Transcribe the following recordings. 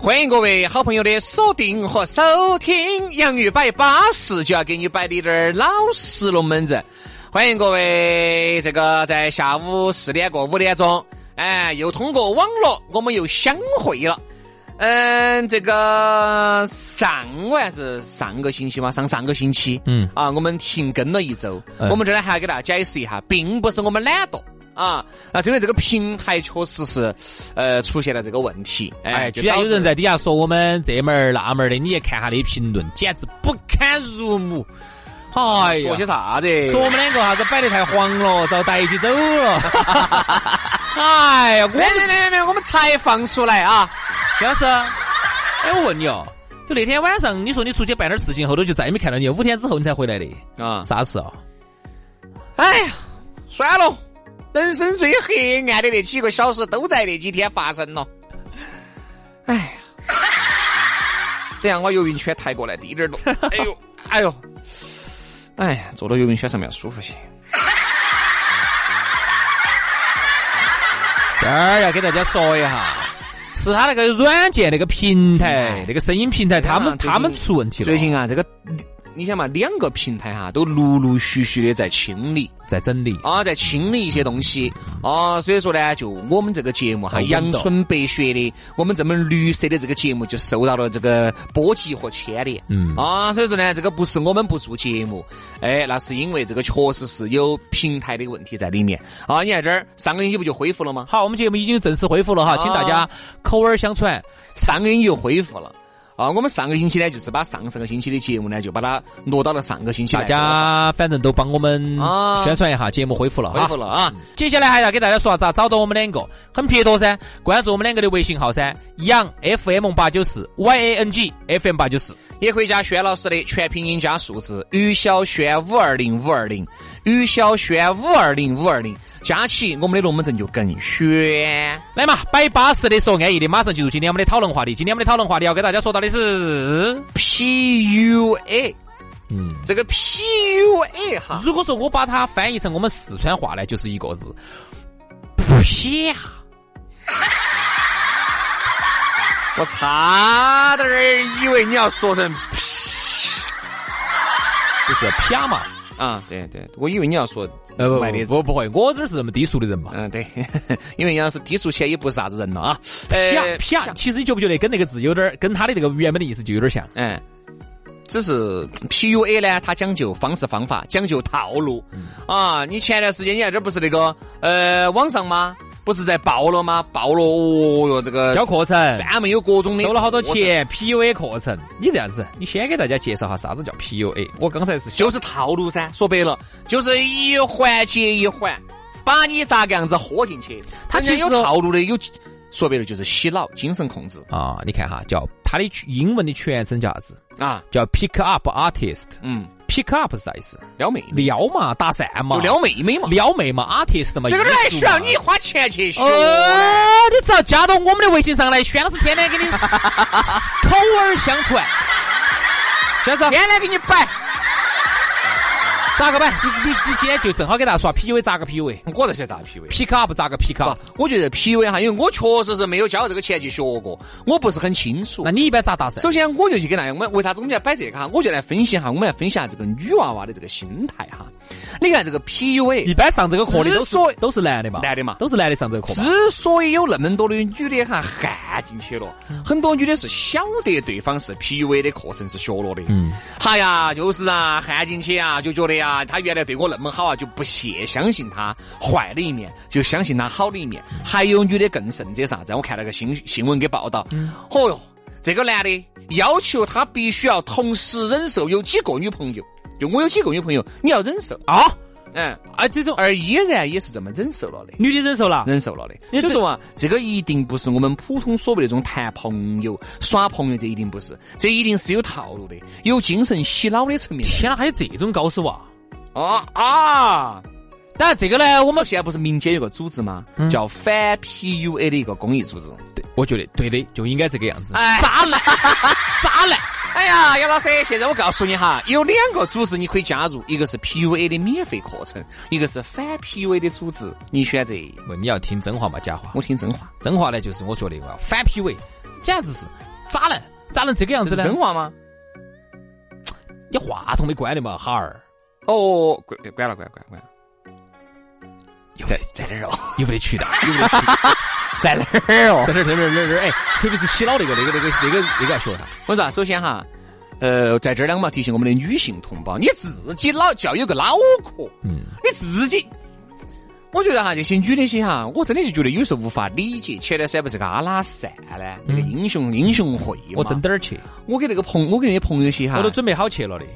欢迎各位好朋友的锁定和收听，洋芋摆巴适就要给你摆的点儿老实龙门阵。欢迎各位，这个在下午四点过五点钟，哎，又通过网络我们又相会了。嗯，这个上我还是上个星期嘛，上上个星期，嗯啊，我们停更了一周。哎嗯我们这儿呢还要给大家解释一下，并不是我们懒惰。啊，那是因为这个平台确实是，呃，出现了这个问题，哎，就居然导有致人在底下说我们这门儿那门儿的，你去看下的评论，简直不堪入目。哎呀说，些啥子？哎说我们两个啥子摆得太黄了，遭逮起走了。 哎呀，我没没没没，我们才放出来啊！姜老师，哎，我问你哦，就那天晚上你说你出去办点事情，后头就再也没看到你，五天之后你才回来的，啊，啥事啊？哎呀，算了，人生最黑暗的那几个小时都在那几天发生了。哎呀，等下我游泳圈抬过来低点儿落。哎呦，哎呦，哎呀，坐到游泳圈上面要舒服些。这儿要给大家说一下，是他那个软件那个平台，那个声音平台，他们嗯啊最近他们出问题了。最近啊，这个你想嘛，两个平台哈、都陆陆续续的在清理。在整理，啊，在清理一些东西啊，所以说呢，就我们这个节目哈，啊阳春白雪的，我们这么绿色的这个节目就受到了这个波及和牵连。嗯啊，所以说呢，这个不是我们不做节目，哎，那是因为这个确实是有平台的问题在里面啊。你看这儿，上个星期不就恢复了吗？好，我们节目已经正式恢复啊了哈，请大家口耳相传。上个星期又恢复了。啊，我们上个星期呢，就是把上上个星期的节目呢，就把它挪到了上个星期来大家反正都帮我们啊宣传一下，节目恢复了恢哈复。了啊。接下来还要给大家说下咋找到我们两个，很撇脱噻，关注我们两个的微信号噻，杨 FM 八九四 Y A N G F M 八九四。也可以加轩老师的全拼音加数字，于小轩五二零五二零，于小轩五二零五二零，加起我们的龙门阵就更轩。来嘛，摆巴适的，说安逸的，马上进入今天我们的讨论话题。今天我们的讨论话题要给大家说到的是， PUA，嗯，这个 PUA 哈，如果说我把它翻译成我们四川话呢，就是一个字，啪。 我差点儿以为你要说成就是啪嘛，啊，对对，我以为你要说呃不卖的不不不会，我这儿是这么低俗的人嘛，嗯对， 因为杨老师低俗起来也不是啥子人了啊，啪呃啪，其实你觉不觉得跟那个字有点儿，跟他的这个原本的意思就有点儿像？嗯，只是 PUA 呢，它讲究方式方法，讲究套路、嗯啊。你前段时间你看这不是那个呃网上吗？不是在爆了吗？爆了，哦哟，这个教课程，专门有各种的，收了好多，钱，PUA 课程。你这样子，你先给大家介绍下啥子叫 PUA。我刚才是小就是套路噻。说白了，就是一环接一环，把你咋个样子豁进去。它人家其实有套路的，有说白了就是洗脑、精神控制啊，你看哈，叫它的英文的全称叫啥子？啊。叫 Pick Up Artist。嗯， Pick Up 是啥意思？撩妹，撩嘛，搭讪嘛，就撩妹妹嘛。嗯撩妹嘛，artist 嘛，这个艺哪术还需要嘛你花钱去学？啊哦，你只要加到我们的微信上来，轩老师天天 给你口耳相传。轩老师天天给你摆。咋个摆？你你你今天就正好给大家说 PUA 咋个 PUA，pick 我这些咋 P V？ up 咋个 pick 不 up？，我觉得 P V 哈，因为我确实是没有交这个钱去学过，我不是很清楚那。你一般咋搭讪？首先，我就去给大家，我们为啥子我们要摆这个哈？我就来分析哈，我们来分析下这个女娃娃的这个心态哈。你看这个 PUA，一般上这个课的都之所是以都是男的嘛，男的嘛都是男的上这个课嘛。之所以有那么多的女的哈陷进去了，嗯很多女的是晓得对方是 PUA 的课程是学了的，嗯，哎呀，就是啊，陷进去啊，就觉得啊，他原来对我那么好啊，就不屑相信他坏的一面，就相信他好的一面。嗯还有女的更甚者啥子？我看了个新新闻给报道，嗯哦哟，这个男的要求他必须要同时忍受有几个女朋友，就我有几个女朋友，你要忍受，啊嗯，啊，这种而依然也是这么忍受了的。女的忍受了，忍受了的。你所以这说啊，这个一定不是我们普通所谓那种谈朋友、耍朋友，这一定不是，这一定是有套路的，有精神洗脑的层面天哪，还有这种高手啊！啊啊！当然这个呢，我我们嗯们现在不是民间有个组织吗？叫反 PUA 的一个公益组织。我觉得对的，就应该这个样子。哎，渣 男，渣男！哎呀，杨老师，现在我告诉你哈，有两个组织你可以加入，一个是 PUA 的免费课程，一个是反 PUA 的组织，你选择。不你要听真话嘛，假话？我听真话，真话呢，就是我觉得我要反 PUA，简直是渣男，渣男这个样这子是呢？真话吗？你话筒没关的嘛，哈儿，哦，关关了，关了关了关了。在在这儿哦，有没得渠道？有没得渠道？在哪儿哦？在这儿，在这儿，在这儿，哎，特别是洗脑那个、那个、那个、那个、那个要学一下。我说啊，首先哈，呃，在这儿呢，我们要提醒我们的女性同胞，你自己脑就要有个脑壳，嗯，你自己。我觉得哈，这些女的些哈，我真的是觉得有时候无法理解。前段时间不是个阿拉善呢，那个英雄英雄会嘛，嗯我真，点儿去，我给那个朋，我给那些朋友些哈，我都准备好去了的。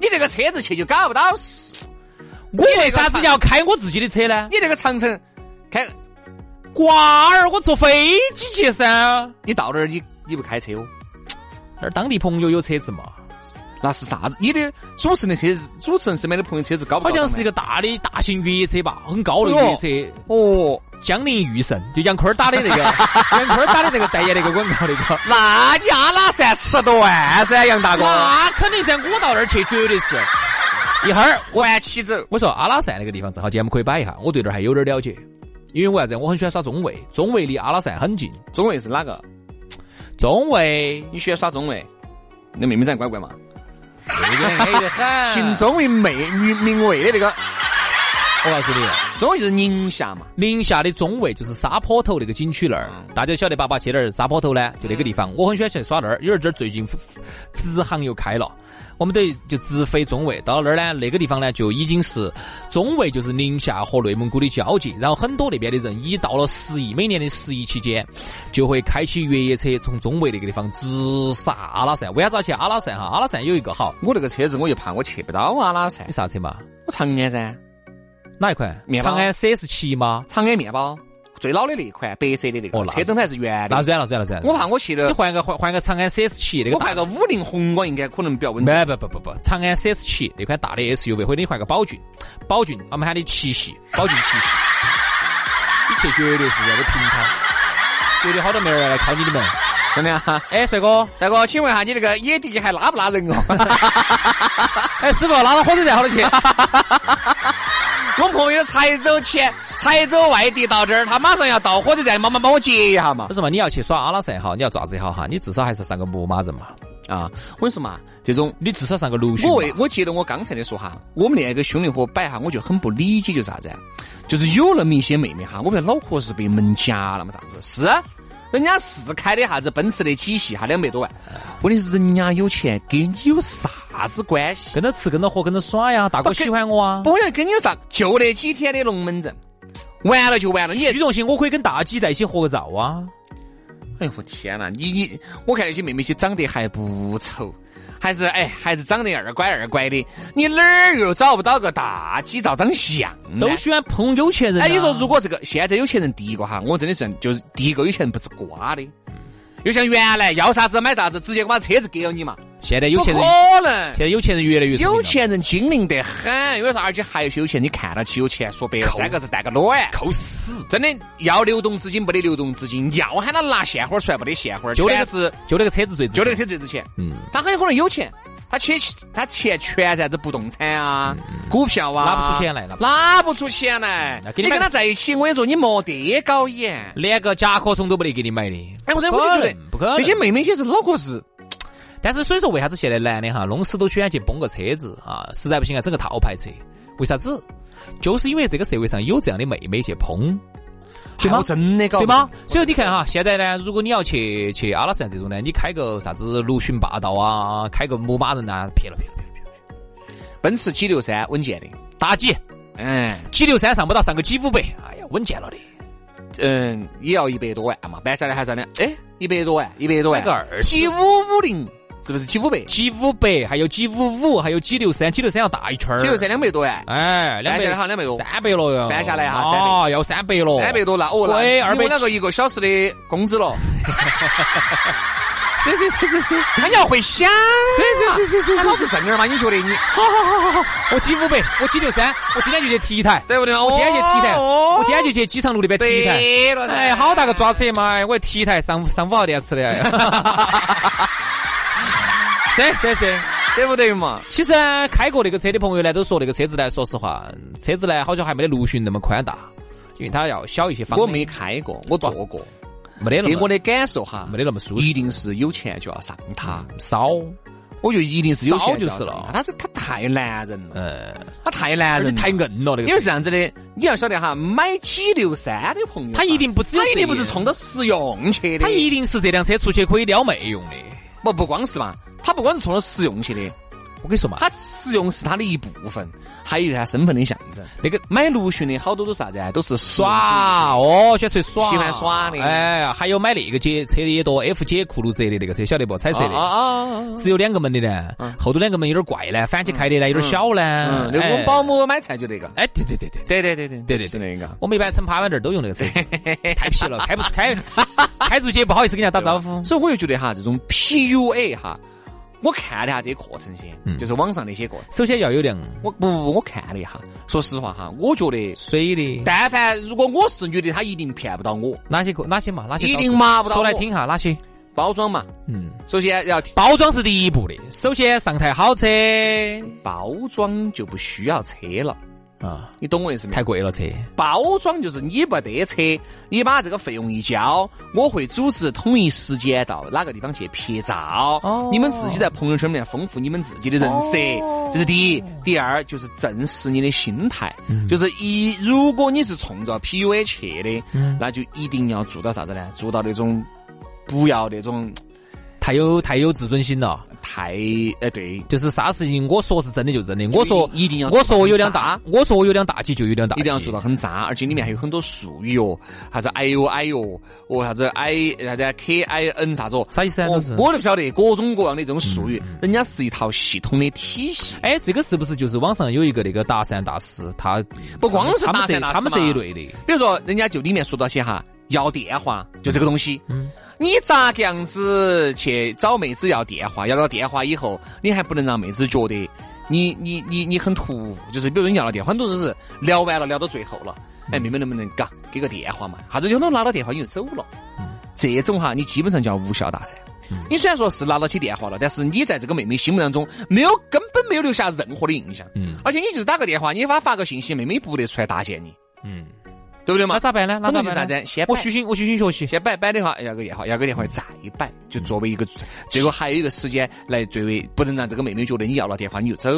你那个车子去就搞不到事，我为啥子要开我自己的车呢？你那个长城开，瓜儿，我坐飞机去噻。你到那儿你你不开车哦。那儿当地朋友有车子嘛？那是啥子？你的主持人的车子，主持人身边的朋友车子高不好高档呢？像是一个大的大型越野车吧，很高的哎呦越野车，哦，江铃驭胜，就杨坤儿打的那个，杨坤儿打的那个代言那个广告那个。那你阿拉善吃断噻，杨大哥那肯定噻，我到那儿去绝对是。一会儿还起走。我说阿拉善那个地方正好，今天我们可以摆一下，我对那儿还有点了解。因为为啥子？我很喜欢耍中卫，中卫离阿拉善很近。中卫是哪个？中卫你喜欢耍中卫？那妹妹长得乖乖嘛？那个黑得很。行，中卫妹女名卫的那个，我告诉你，中卫就是宁夏嘛。宁夏的中卫就是沙坡头那个景区那儿，嗯大家晓得爸爸去哪儿？沙坡头呢，就那个地方，我很喜欢去耍那儿。因为这儿最近直航又开了，我们等于就直飞中卫。到了那儿呢，那个地方呢就已经是中卫，就是宁夏和内蒙古的交界。然后很多那边的人一到了十一，每年的十一期间，就会开起越野车从中卫那个地方直杀阿拉善。为啥子要去阿拉善哈？阿拉善有一个好，我那个车子我就怕我去不到阿拉善你，啥车嘛？我长安噻，哪一款？面包长安 CS 七吗？长安面包最老的那一款，白色的那哦个，那车灯还是圆那的。软了软了软了。我怕我去你了，换个换换个长安 CS 七那个我大怕个五菱宏光应该可能比较稳。不不不不不，长安 CS 七那款大的 SUV，或者你换个宝骏，宝骏我们喊你七系，宝骏七系，你去绝对是要个平摊，绝对好多妹儿要来敲你的门。真的啊，哎，帅哥，帅哥，请问一下你那个野地还拉不拉人 哦？哎，师傅，拉到火车站好多钱？我朋友才走前，才走外地到这儿，他马上要到火车站，妈妈帮我接一下嘛不。是嘛，你要去耍阿拉善也好，你要爪子也好哈，你至少还是上个牧马人嘛，啊，我跟你说嘛，这种。你至少上个鲁迅我嘛。为我接着我刚才的说哈，我们那个兄弟伙摆哈，我就很不理解，就是啥子啊？就是有那么一些妹妹哈，我们的脑壳是被门夹了嘛？啥子？是啊，人家是开的啥子奔驰的几系哈，两百多万。问题是人家有钱，跟你有啥子关系？跟着吃，跟着喝，跟着耍呀，大哥不跟喜欢我啊。不晓得跟你有啥？就那几天的龙门阵，完了就完了。你虚荣心，我可以跟大姐在一起合个照啊。哎呦我天呐，你你，我看那些妹妹些长得还不丑，还是哎还是长得二乖二乖的，你哪儿又找不到个大鸡照长相呢？都喜欢捧有钱人啊。哎，你说如果这个现在有钱人，第一个哈，我真的是就是第一个有钱人不是瓜的，又像原来要啥子买啥子，直接我把车子给了你嘛，现在有钱人不，可能现。在有钱人越来越聪明了有钱人精明得很，因为啥？而且还有些有钱，你看到起有钱，说白了三个字，蛋个卵，扣死。真的要流动资金没得流动资金，要喊他拿现花儿出来没得现花儿，就那个全是就那个车子最值钱就那个车最值钱。嗯，他很有可能有钱，他钱他钱全在这不动产啊、股票啊，拿不出钱来拿不拿不出钱来。那给你你买跟他在一起，我跟你说，你没得搞眼。连个甲壳虫都没得给你买的。哎，我真的我就觉得不可能这些妹妹些是脑壳子。但是所以说，为啥子现在男的哈，弄死都喜欢去崩个车子啊？实在不行啊，整个套牌车。为啥子？就是因为这个社会上有这样的妹妹去捧，对哎吗我？真的搞对不吗懂？？所以你看哈，现在呢，如果你要去去阿拉斯加这种呢，你开个啥子陆巡霸道啊，开个牧马人啊，撇了撇了撇了撇了，奔驰 G 六三稳健的，打几嗯 G 六三上不到，上个 G 五百，哎呀，稳健了的。嗯，也要一百多万嘛，搬下来还算的，哎，一百多万，一百多万，买个二十 G 五五零是不是 G 五百 G 五百，还有 G 五五，还有 G 六三，G 六三要大一圈儿。 ？G 六三两百多万，哎，两搬百下来好像两百多，三百了哟，搬下来哈啊，要三百了，三百多了，哦，那喂二百你们那个一个小时的工资了， 是是是是是，那你要会想嘛，是是是是是哎老子正儿嘛，你觉得你好好好好好，我几五百，我几六三，我今天就去 T 台，对不对嘛？我今天去 T 台，哦我今天就去机场路那边 T 台。对了，哎，好大个抓扯嘛！哎我 T 台上上午好电吃 的，是是是。对不对嘛？其实呢开过那个车的朋友呢，都说那个车子呢，说实话，嗯车子呢好像还没得陆巡那么宽大，因为它要小一些方我面。没开过，我坐过，没得给那我么的感受哈，没得那么舒适，一定是有钱就要上它。少。我觉得一定是有骚钱就是要上了它他是他太男人了，呃，他太男而且人了，太硬了那个车。嗯因为是这样子的，你要晓得哈，买 G 六三的朋友，他一定不只有他一定不这是一冲着实用去的，它一定是这辆车出去可以撩妹用的。不不光是嘛，他不光是冲着实用去的，我跟你说嘛，他实用是他的一部分，还有他身份的象征。那个买陆巡的好多都是啥子啊？都是实用主义者，耍哦，喜欢出去耍，喜欢耍的哎呀，还有买那个街车的也多，F 街酷路泽的那个车，晓得不？彩色啊的，啊啊！啊只有两个门的呢，后头两个门有点怪呢，反起开的呢有点小呢嗯，。那个我哎们保，姆买菜就那个，哎，对对对对对。对对对对对对是那个。我们一般乘爬板凳都用那 个车子，太皮了，开不出开，开出去不好意思跟人家打招 呼。所以我就觉得哈，这种 PUA 哈，我看了一下这些课程先，嗯就是网上那些课程。首先要有辆我不不不，我看了一下，说实话哈，我觉得，水的，但凡如果我是女的，她一定骗不到我。哪些可哪些嘛，哪些一到定处麻不到说来我听哈，哪些？包装嘛，嗯，首先要包装是第一步的，首先上台好车包装就不需要车了，啊。你懂我意思没太有？贵了车。包装就是你不得车，你把这个费用一交，我会组织统一时间到哪个地方去拍照，哦你们自己在朋友圈里面丰富你们自己的人设，这是第一。第二就是正视你的心态，嗯就是一如果你是冲着 PUA 去的，嗯那就一定要做到啥子呢？做到那种不要那种太有太有自尊心了，太哎对。就是啥事情我说是真的就真的，我说一定要我说我有辆做大到，我说我有辆大 G 就有辆大嗯 G，一定要做到很渣，而且里面还有很多术语哦，啥子哎呦哎呦，哦啥子 i 啥子啊 k i n 啥子哦，啥意思啊？我都是。嗯我都不晓得各种各样的这种术语，人家是一套系统的体系。哎，这个是不是就是网上有一个那个达善大师，他不光是他们搭讪这大师他们这一嘛类的，比如说，人家就里面说到些哈，要电话，就这个东西。嗯你咋个样子去找妹子要电话？要了电话以后，你还不能让妹子觉得你你你你很突兀，就是比如你要了电话，很多人是聊完了聊到最后了，嗯哎，妹妹能不能嘎给个电话嘛？啥子有种拿到电话你就走了，嗯这种哈你基本上叫无效搭讪。你虽然说是拿到起电话了，但是你在这个妹妹心目当中没有根本没有留下任何的印象，嗯而且你就是打个电话，你给她发个信息，妹妹不得出来搭线你，嗯，对不对嘛那？咋办呢？那可咋能就是啥办呢？子，先我摆虚心，我虚心学习。先摆摆的话，要个电话，要个电话再摆，就作为一个最后还有一个时间来作为，不能让这个妹妹觉得你要了电话你就走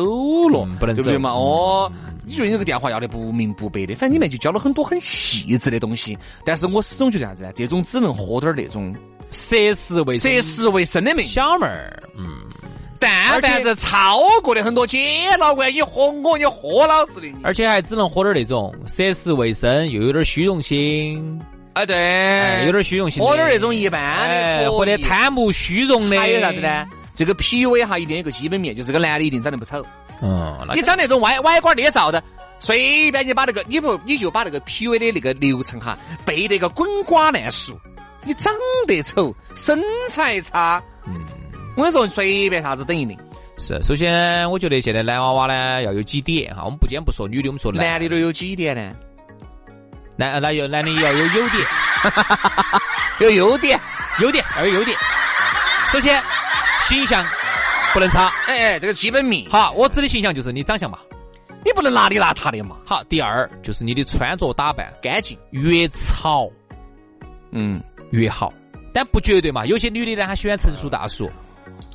了，嗯不能对不对走嘛？嗯哦，你觉得你这个电话要的不明不白的，反正里面就教了很多很细致的东西。但是我始终觉得啥子呢？这种只能喝点儿那种涉世未深涉世未深的妹，小妹儿，嗯，但凡是超过的很多姐老倌，你喝我，你喝老子的，你而且还只能喝点儿那种涉世未深，又有点儿虚荣心，哎对，哎，有点儿虚荣心的，喝点儿那种一般的哎，可以或者贪慕虚荣的，还有啥子？呢？这个 PUA 哈，一定有一个基本面，就是这个男的一定长得不丑。嗯，那你长那种歪歪瓜裂枣的，随便你把那个，你不你就把那个 PUA 的那个流程哈背那个滚瓜烂熟。你长得丑，身材差，我跟你说，随便啥子等于零，是，首先我觉得现在男娃娃呢要有几点哈，我们不今天不说女的，我们说男男的都有几点呢？男呃男有男的要有优点，有优点， 优点要有优点。首先，形象不能差。哎，这个基本面，好，我指的形象就是你长相嘛。你不能邋里邋遢的嘛，好，第二就是你的穿着打扮干净。越潮嗯，越好，但不绝对嘛。有些女的呢，她喜欢成熟大叔。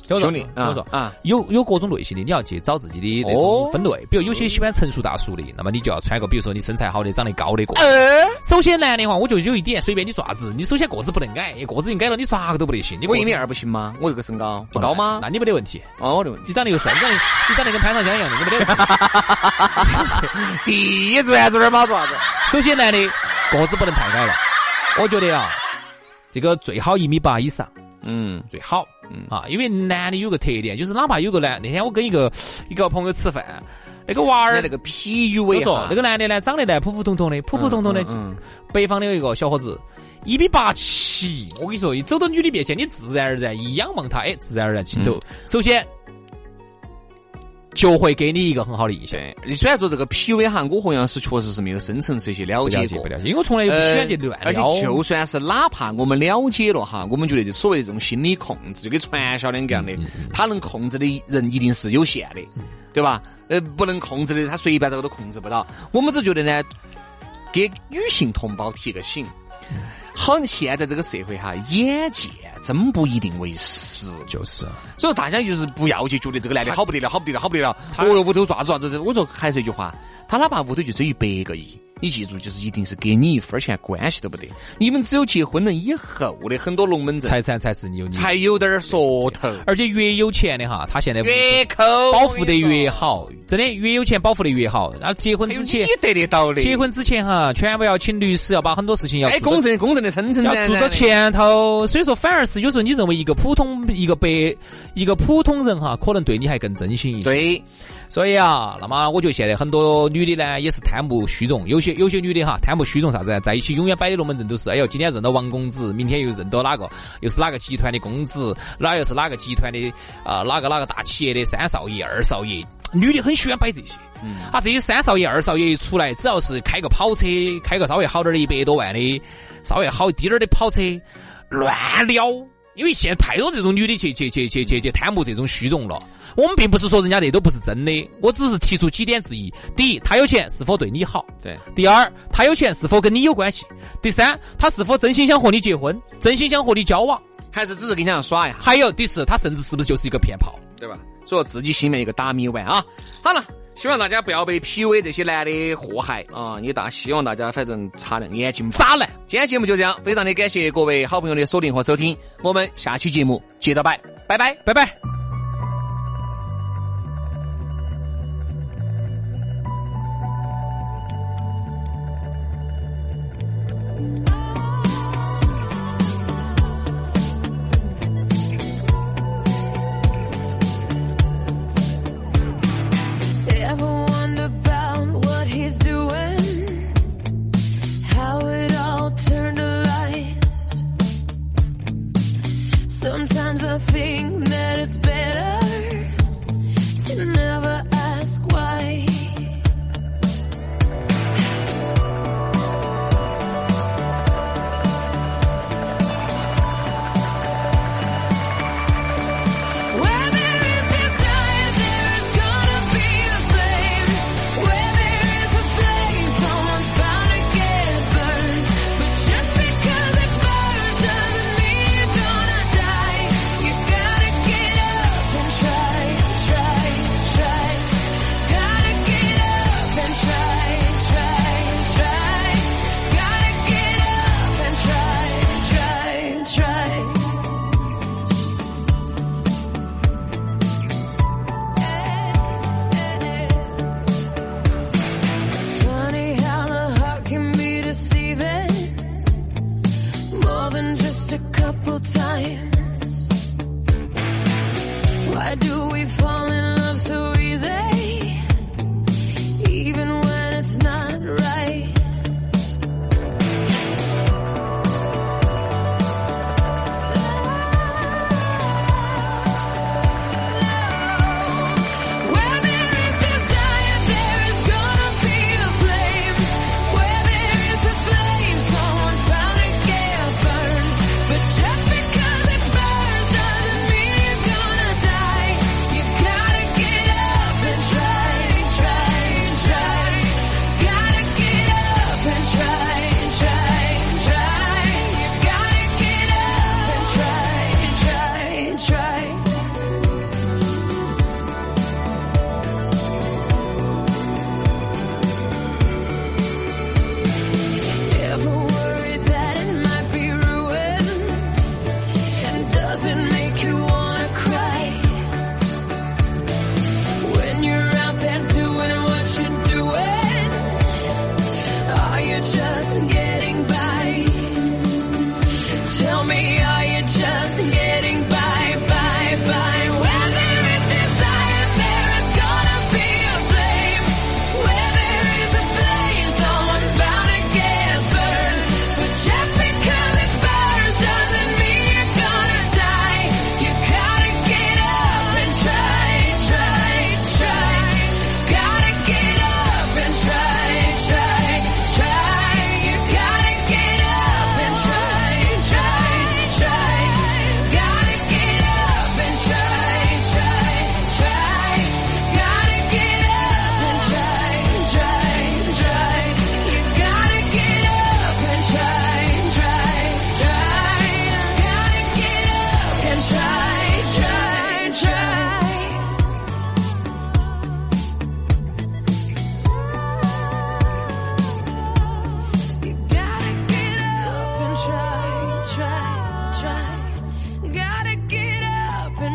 听我说兄弟听啊我说啊，有有各种类型的，你要去找自己的那哦种分类。比如有些喜欢成熟大叔的，那么你就要穿个，比如说你身材好的、长得高的个子。呃，首先男的话，我就有一点，随便你做啥子，你首先个子不能矮，个子一矮了，你啥个都不得行。你我个一子米二不行吗？我这个身高不高吗那？你没得问题，哦，我的问题。你长得又帅，你长得你长得跟潘长江一样的，你没得 问题。地转转嘛，做啥子？首先男的个子不能太矮了，我觉得啊，这个最好一米八以上。嗯最好，嗯啊，因为男的有个特点，就是哪怕有个男，那天我跟一个一个朋友吃饭，那个娃儿那，个我 PUA 说哈那个男的呢，长得呢普普通通的，普普通通的，嗯嗯北方的有一个小伙子，一米八七，我跟你说，一走到女的面前，你自然而然一仰望她，哎，自然而然起头，嗯首先就会给你一个很好的印象。对，你虽然说这个 PUA 哈，我和杨师确实是没有深层次去了不解了过解，呃不。了解，因为我从来也不喜欢去乱而且撩。就算是哪怕我们了解了哈，我们觉得这所谓的这种心理控制，就跟传销两个样的，嗯他能控制的人一定是有限的，对吧？呃，不能控制的，他随便这个都控制不到。我们只觉得呢，给女性同胞提个醒，嗯好，现在这个社会哈，眼见真不一定为实，就是，所以大家就是不要去觉得这个男的好不得了，好不得了，好不得了。哦哟，屋头爪子啥子？我说还是一句话，他哪怕屋头就只有一百个亿，你记住，就是一定是给你一分钱关系都不得。你们只有结婚了以后的很多龙门阵，财产才是你有你，才有点儿说头，而且越有钱的哈，他现在越抠保护得越。好，真的越有钱保护得越好。然后结婚还有之你前，得得到的，结婚之前哈，全部要请律师，要把很多事情要哎，做公到正公正的称称要赞做到赞的。前头。所以说，反而是有时候你认为一个普通一个白一个普通人哈，可能对你还更真心一些。，对，所以啊，那么我觉得现在很多女的呢，也是贪慕虚荣，有些有些女的哈，贪慕虚荣啥子呢，在一起永远摆的龙门阵都是，哎呦，今天认到王公子，明天又认到哪个，又是哪个集团的公子，哪又是哪个集团的啊、呃哪个哪个大企业的三少爷、二少爷，女的很喜欢摆这些。啊，这些三少爷、二少爷一出来，只要是开个跑车，开个稍微好点儿的，一百多万的，稍微好一滴点儿的跑车，乱撩。因为现在太多这种女的去去去去去去贪慕这种虚荣了。我们并不是说人家这都不是真的，我只是提出几点质疑：第一，他有钱是否对你好；对，第二，他有钱是否跟你有关系；第三，他是否真心想和你结婚，真心想和你交往；还是只是跟你这样耍一下。还有第四，他甚至是不是就是一个骗炮？对吧？所以自己心里面一个打米碗啊。好了，希望大家不要被 PUA 这些男的祸害啊！也大希望大家反正擦亮眼睛吧。渣男。今天节目就这样，非常的感谢各位好朋友的锁定和收听，我们下期节目接着摆，拜拜，拜拜。 You ever wonder about what he's doing? How it all turned to lies? Sometimes I think that it's better to never ask why. Where there is desire, there is gonna be a flame. Where there is a flame, someone's bound to get burned. But just because it burns doesn't mean you're gonna die. You gotta get up and try, try, try. Gotta get up and try, try, try. Gotta get up and try, try, try. Funny how the heart can be deceiving more than just a couple times. Why do we fall in love so easy, even when it's not right? Where there is desire, there is gonna be a flame. Where there is a flame, someone's bound to get burned. But just because it burns doesn't mean you're gonna die. You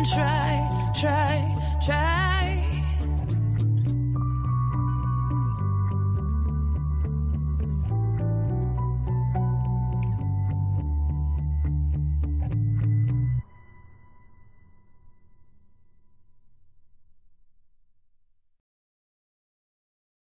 try